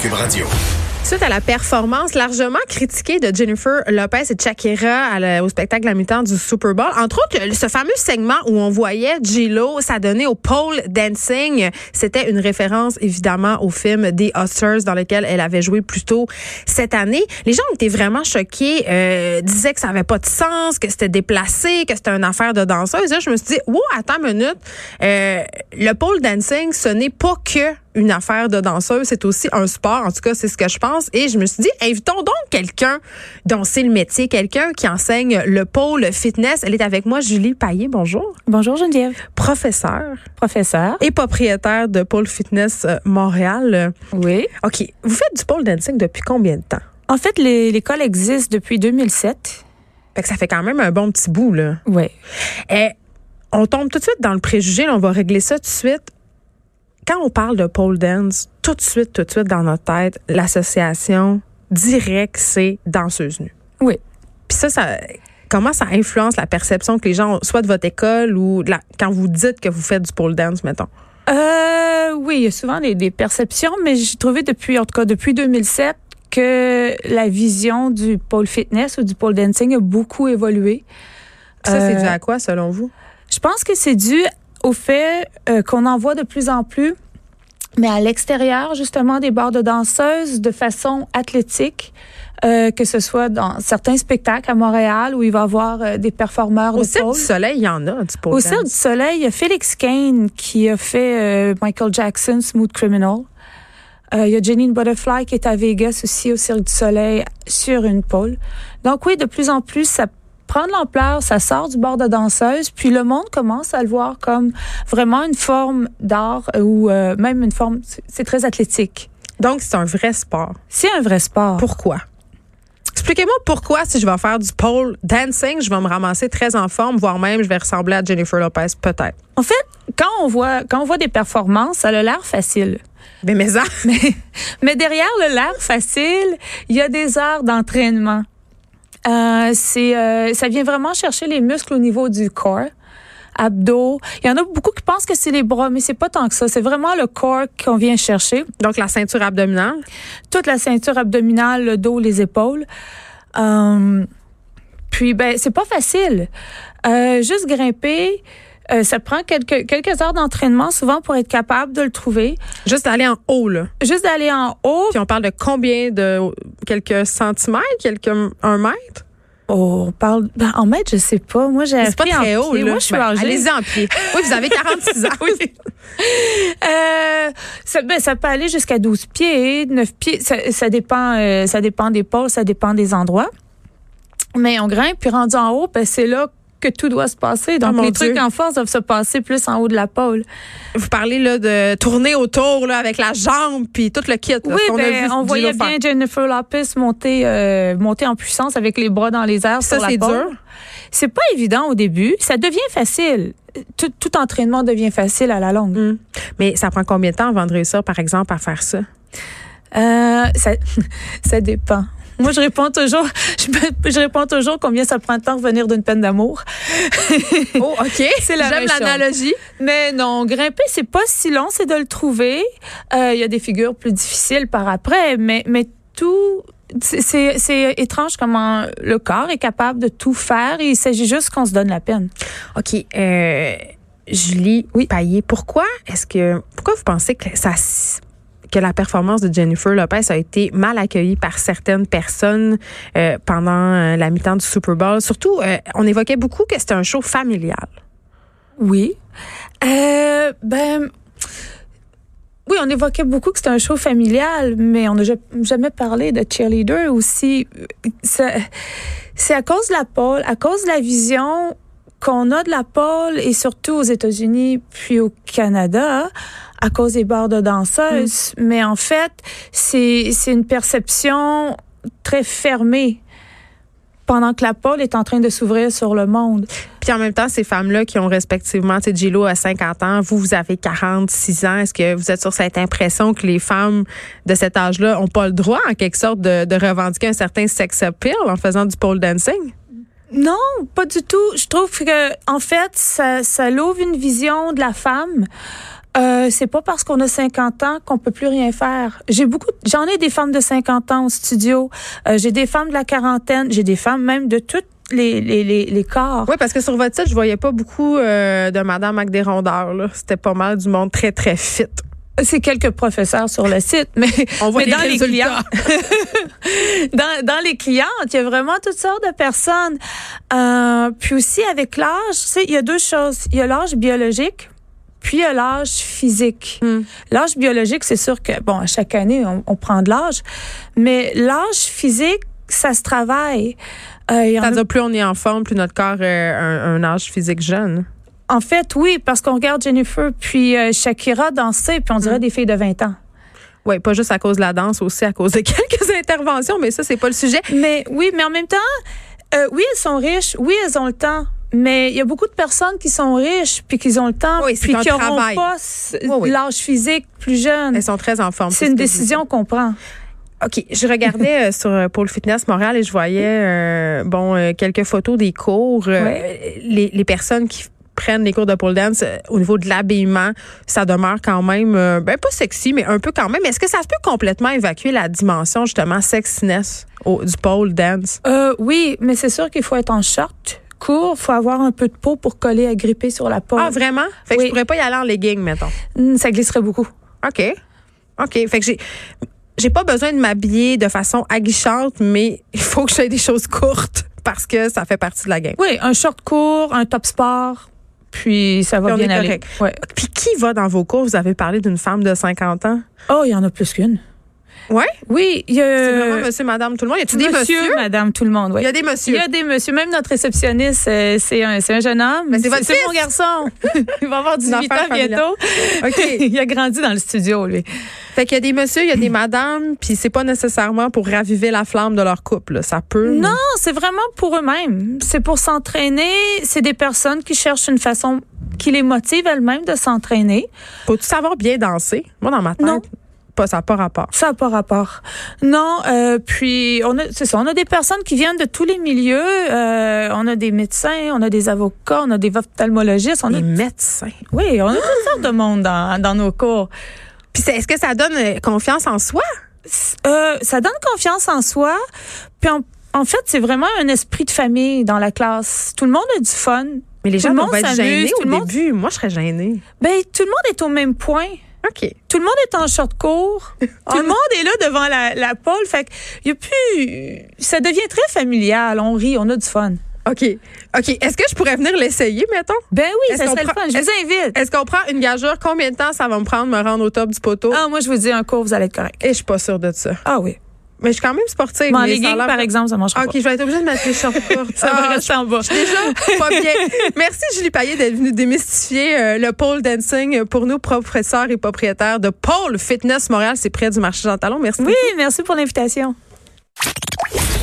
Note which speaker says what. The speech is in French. Speaker 1: Cube Radio.
Speaker 2: Suite à la performance largement critiquée de Jennifer Lopez et Shakira à la- au spectacle à mi-temps du Super Bowl, entre autres ce fameux segment où on voyait J-Lo s'adonner au pole dancing, c'était une référence évidemment au film The Oscars dans lequel elle avait joué plus tôt cette année. Les gens étaient vraiment choqués, euh, disaient que ça avait pas de sens, que c'était déplacé, que c'était une affaire de danseuse. Là, je me suis dit, wow, attends une minute, euh, le pole dancing, ce n'est pas que une affaire de danseuse, c'est aussi un sport. En tout cas, c'est ce que je pense. Et je me suis dit, invitons donc quelqu'un dont c'est le métier, quelqu'un qui enseigne le pôle fitness. Elle est avec moi, Julie Paillet. Bonjour.
Speaker 3: Bonjour Geneviève,
Speaker 2: Professeure
Speaker 3: professeur.
Speaker 2: et propriétaire de Pôle Fitness euh, Montréal. Euh,
Speaker 3: Oui.
Speaker 2: OK. Vous faites du pole dancing depuis combien de temps?
Speaker 3: En fait, les- l'école existe depuis 2007.
Speaker 2: Fait que ça fait quand même un bon petit bout, là.
Speaker 3: Oui.
Speaker 2: Et Eh, on tombe tout de suite dans le préjugé. là, on va régler ça tout de suite. Quand on parle de pole dance, tout de suite, tout de suite dans notre tête, l'association directe, c'est danseuse nue.
Speaker 3: Oui.
Speaker 2: Puis ça, ça, comment ça influence la perception que les gens ont, soit de votre école ou de la- quand vous dites que vous faites du pole dance, mettons?
Speaker 3: Euh, oui, il y a souvent des, des perceptions, mais j'ai trouvé depuis, en tout cas depuis 2007, que la vision du pole fitness ou du pole dancing a beaucoup évolué.
Speaker 2: Puis ça, c'est
Speaker 3: Euh,
Speaker 2: dû à quoi, selon vous?
Speaker 3: Je pense que c'est dû au fait euh, qu'on en voit de plus en plus, mais à l'extérieur, justement, des bars de danseuses de façon athlétique, euh, que ce soit dans certains spectacles à Montréal où il va y avoir euh, des performeurs
Speaker 2: Au
Speaker 3: de
Speaker 2: Cirque
Speaker 3: pole.
Speaker 2: du Soleil, il y en a du pole
Speaker 3: Au
Speaker 2: dance.
Speaker 3: Cirque du Soleil, il y a Félix Kane qui a fait euh, Michael Jackson, Smooth Criminal. Euh, il y a Janine Butterfly qui est à Vegas aussi au Cirque du Soleil sur une pole. Donc oui, de plus en plus, ça prend de l'ampleur, ça sort du bord de danseuse, puis le monde commence à le voir comme vraiment une forme d'art euh, ou euh, même une forme, c'est- c'est très athlétique.
Speaker 2: Donc, c'est un vrai sport.
Speaker 3: C'est un vrai sport.
Speaker 2: Pourquoi? Expliquez-moi pourquoi, si je vais faire du pole dancing, je vais me ramasser très en forme, voire même je vais ressembler à Jennifer Lopez, peut-être.
Speaker 3: En fait, quand on voit quand on voit des performances, ça a l'air facile.
Speaker 2: Mais mais ça,
Speaker 3: Mais derrière le l'air facile, il y a des heures d'entraînement. Euh, c'est, euh, ça vient vraiment chercher les muscles au niveau du corps, abdos. Il y en a beaucoup qui pensent que c'est les bras, mais c'est pas tant que ça. C'est vraiment le corps qu'on vient chercher.
Speaker 2: donc la ceinture abdominale,
Speaker 3: Toute la ceinture abdominale, le dos, les épaules. Euh, puis ben, c'est pas facile. Euh, juste grimper. euh, ça prend quelques, quelques heures d'entraînement souvent pour être capable de le trouver.
Speaker 2: juste aller en haut là.
Speaker 3: Juste d'aller en haut,
Speaker 2: Puis on parle de combien de quelques centimètres, quelques un mètre
Speaker 3: Oh, on parle ben, en mètres, je sais pas. Moi, j'ai
Speaker 2: C'est pas
Speaker 3: appris en
Speaker 2: très haut
Speaker 3: pied.
Speaker 2: là.
Speaker 3: Moi, je suis
Speaker 2: Ben,
Speaker 3: âgée.
Speaker 2: Allez-y en pied. Oui, vous avez 46 ans. Oui.
Speaker 3: Euh, ça, ben, ça peut aller jusqu'à 12 pieds, 9 pieds. Ça, ça dépend, euh, ça dépend des pôles, ça dépend des endroits. Mais on grimpe, puis rendu en haut, ben, c'est là que tout doit se passer.
Speaker 2: Ah,
Speaker 3: Donc,
Speaker 2: mon
Speaker 3: les
Speaker 2: Dieu.
Speaker 3: trucs en force doivent se passer plus en haut de la pôle.
Speaker 2: Vous parlez là de tourner autour là avec la jambe puis tout le kit. là,
Speaker 3: Oui,
Speaker 2: ce qu'on a
Speaker 3: ben,
Speaker 2: vu
Speaker 3: on
Speaker 2: Dilo
Speaker 3: voyait
Speaker 2: faire.
Speaker 3: bien Jennifer Lopez monter, euh, monter en puissance avec les bras dans les airs
Speaker 2: Ça
Speaker 3: sur la
Speaker 2: c'est
Speaker 3: pôle.
Speaker 2: dur.
Speaker 3: C'est pas évident au début. Ça devient facile. Tout, tout entraînement devient facile à la longue.
Speaker 2: Mm. Mais ça prend combien de temps avant de réussir par exemple à faire ça
Speaker 3: Euh, ça, ça dépend. Moi, je réponds toujours, je, me- je réponds toujours combien ça prend de temps revenir d'une peine d'amour.
Speaker 2: Oh, OK.
Speaker 3: C'est la
Speaker 2: J'aime
Speaker 3: même chose.
Speaker 2: l'analogie.
Speaker 3: Mais non, grimper, c'est pas si long, c'est de le trouver. Euh, Il y a des figures plus difficiles par après, mais, mais tout, c'est- c'est c'est étrange comment le corps est capable de tout faire. Il s'agit juste qu'on se donne la peine.
Speaker 2: OK. Euh, Julie Payet, pourquoi est-ce que pourquoi vous pensez que ça s- que la performance de Jennifer Lopez a été mal accueillie par certaines personnes euh, pendant euh, la mi-temps du Super Bowl. Surtout, euh, on évoquait beaucoup que c'était un show familial.
Speaker 3: Oui. Euh, ben. Oui, on évoquait beaucoup que c'était un show familial, mais on n'a ja- jamais parlé de cheerleader aussi. Ça- C'est à cause de la pole, à cause de la vision qu'on a de la pole, et surtout aux États-Unis puis au Canada, à cause des bars de danseuses. Mais en fait, c'est c'est une perception très fermée pendant que la pole est en train de s'ouvrir sur le monde.
Speaker 2: Puis en même temps, ces femmes-là qui ont respectivement, tu sais, Gillo à 50 ans, vous, vous avez 46 ans. Est-ce que vous êtes sur cette impression que les femmes de cet âge-là ont pas le droit, en quelque sorte, de, de revendiquer un certain sex appeal en faisant du pole dancing?
Speaker 3: Non, pas du tout. Je trouve que en fait, ça, ça l'ouvre une vision de la femme euh, c'est pas parce qu'on a 50 ans qu'on peut plus rien faire. J'ai beaucoup, j'en ai des femmes de 50 ans au studio, euh, j'ai des femmes de la quarantaine, j'ai des femmes même de toutes les, les, les, les corps.
Speaker 2: Oui, parce que sur votre site, je voyais pas beaucoup euh, de Madame avec des rondeurs. là. C'était pas mal du monde très, très fit.
Speaker 3: C'est quelques professeurs sur le site, mais,
Speaker 2: On voit les
Speaker 3: mais dans les clients,
Speaker 2: résultats.
Speaker 3: dans, dans les clientes, il y a vraiment toutes sortes de personnes. Euh, puis aussi avec l'âge, tu sais, il y a deux choses. Il y a l'âge biologique, puis il y a l'âge physique.
Speaker 2: Hmm.
Speaker 3: L'âge biologique, c'est sûr que bon, à chaque année, on, on prend de l'âge, mais l'âge physique, ça se travaille. Euh, il y en a
Speaker 2: C'est-à-dire, plus on est en forme, plus notre corps a un, un âge physique jeune.
Speaker 3: En fait, oui, parce qu'on regarde Jennifer puis euh, Shakira danser, puis on dirait
Speaker 2: Hmm.
Speaker 3: des filles de 20 ans.
Speaker 2: Oui, pas juste à cause de la danse, aussi à cause de quelques interventions, mais ça, c'est pas le sujet.
Speaker 3: Mais oui, mais en même temps, euh, oui, elles sont riches, oui, elles ont le temps. Mais il y a beaucoup de personnes qui sont riches puis qui ont le temps
Speaker 2: Oui, c'est
Speaker 3: puis
Speaker 2: un
Speaker 3: qui n'auront
Speaker 2: travail.
Speaker 3: pas ce-
Speaker 2: Oui, oui.
Speaker 3: l'âge physique plus jeune.
Speaker 2: Elles sont très en forme.
Speaker 3: C'est
Speaker 2: ce
Speaker 3: une
Speaker 2: que je dis.
Speaker 3: décision qu'on prend.
Speaker 2: OK, je regardais euh, sur euh, Pôle Fitness Montréal et je voyais euh, bon euh, quelques photos des cours euh, les, les personnes qui prennent les cours de pole dance euh, au niveau de l'habillement, ça demeure quand même euh, ben pas sexy mais un peu quand même. Est-ce que ça se peut complètement évacuer la dimension justement sexiness au- du pole dance
Speaker 3: Euh, oui, mais c'est sûr qu'il faut être en short court, faut avoir un peu de peau pour coller à gripper sur la peau.
Speaker 2: Ah vraiment Fait que
Speaker 3: Oui.
Speaker 2: je pourrais pas y aller en legging mettons.
Speaker 3: Hmm, ça glisserait beaucoup.
Speaker 2: OK. OK, fait que j'ai j'ai pas besoin de m'habiller de façon aguichante mais il faut que j'aie des choses courtes parce que ça fait partie de la game.
Speaker 3: Oui, un short court, un top sport, puis ça va
Speaker 2: Puis on
Speaker 3: bien
Speaker 2: est
Speaker 3: aller.
Speaker 2: correct.
Speaker 3: Ouais.
Speaker 2: Puis qui va dans vos cours? Vous avez parlé d'une femme de 50 ans.
Speaker 3: Oh, il y en a plus qu'une.
Speaker 2: Ouais?
Speaker 3: Oui, il y a
Speaker 2: C'est vraiment monsieur, madame, tout le monde. Y a-tu des
Speaker 3: monsieur,
Speaker 2: messieurs?
Speaker 3: madame, tout le monde.
Speaker 2: Il
Speaker 3: Oui.
Speaker 2: y a des
Speaker 3: Il y
Speaker 2: messieurs.
Speaker 3: a des messieurs, même notre réceptionniste, euh, c'est un, c'est un jeune homme.
Speaker 2: Mais Ben, c'est votre fils.
Speaker 3: mon garçon. Il va avoir 18 ans
Speaker 2: affaire familiale.
Speaker 3: bientôt.
Speaker 2: OK.
Speaker 3: Il a grandi dans le studio, lui.
Speaker 2: fait qu'il y a des messieurs, il y a des madames, puis c'est pas nécessairement pour raviver la flamme de leur couple. là. Ça peut.
Speaker 3: Non, c'est vraiment pour eux-mêmes. C'est pour s'entraîner. C'est des personnes qui cherchent une façon qui les motive elles-mêmes de s'entraîner.
Speaker 2: Faut-tu savoir bien danser? Moi, dans ma tête,
Speaker 3: Non.
Speaker 2: pas, ça n'a pas rapport.
Speaker 3: Ça n'a pas rapport. Non, euh, puis on a, c'est ça, on a des personnes qui viennent de tous les milieux. Euh, on a des médecins, on a des avocats, on a des ophtalmologistes, on a,
Speaker 2: Les médecins.
Speaker 3: oui, on a toutes sortes de monde dans, dans nos cours.
Speaker 2: Puis c'est- est-ce que ça donne euh, confiance en soi?
Speaker 3: Euh, ça donne confiance en soi. Puis en, en fait, c'est vraiment un esprit de famille dans la classe. Tout le monde a du fun.
Speaker 2: Mais les
Speaker 3: Tout
Speaker 2: gens
Speaker 3: le
Speaker 2: vont
Speaker 3: monde
Speaker 2: être
Speaker 3: s'amuse,
Speaker 2: gênés
Speaker 3: tout
Speaker 2: au
Speaker 3: le monde-
Speaker 2: début. Moi, je serais gênée.
Speaker 3: Ben, tout le monde est au même point.
Speaker 2: OK.
Speaker 3: Tout le monde est en short court. tout le monde est là devant la, la pole. Fait que y a plus, ça devient très familial. On rit, on a du fun.
Speaker 2: OK. OK. Est-ce que je pourrais venir l'essayer, mettons?
Speaker 3: Ben oui,
Speaker 2: Est-ce
Speaker 3: ça
Speaker 2: qu'on
Speaker 3: serait le
Speaker 2: prend-
Speaker 3: fun. Je vous invite.
Speaker 2: Est-ce qu'on prend une gageure? Combien de temps ça va me prendre de me rendre au top du poteau?
Speaker 3: Ah, moi, je vous dis un cours, vous allez être correct.
Speaker 2: Et je suis pas sûre de ça.
Speaker 3: Ah oui.
Speaker 2: Mais je suis quand même sportive.
Speaker 3: Mais
Speaker 2: mais
Speaker 3: en
Speaker 2: ça a
Speaker 3: legging,
Speaker 2: l'air-
Speaker 3: par exemple, ça marche
Speaker 2: Ah, OK, je vais être obligée de mettre les shorts courts.
Speaker 3: pas. Ça
Speaker 2: Ah,
Speaker 3: va rester en bas.
Speaker 2: déjà pas bien. Merci Julie Payet d'être venue démystifier euh, le pole dancing pour nous professeurs et propriétaires de Pole Fitness Montréal, c'est près du marché Jean Talon. Merci.
Speaker 3: Oui, merci pour l'invitation.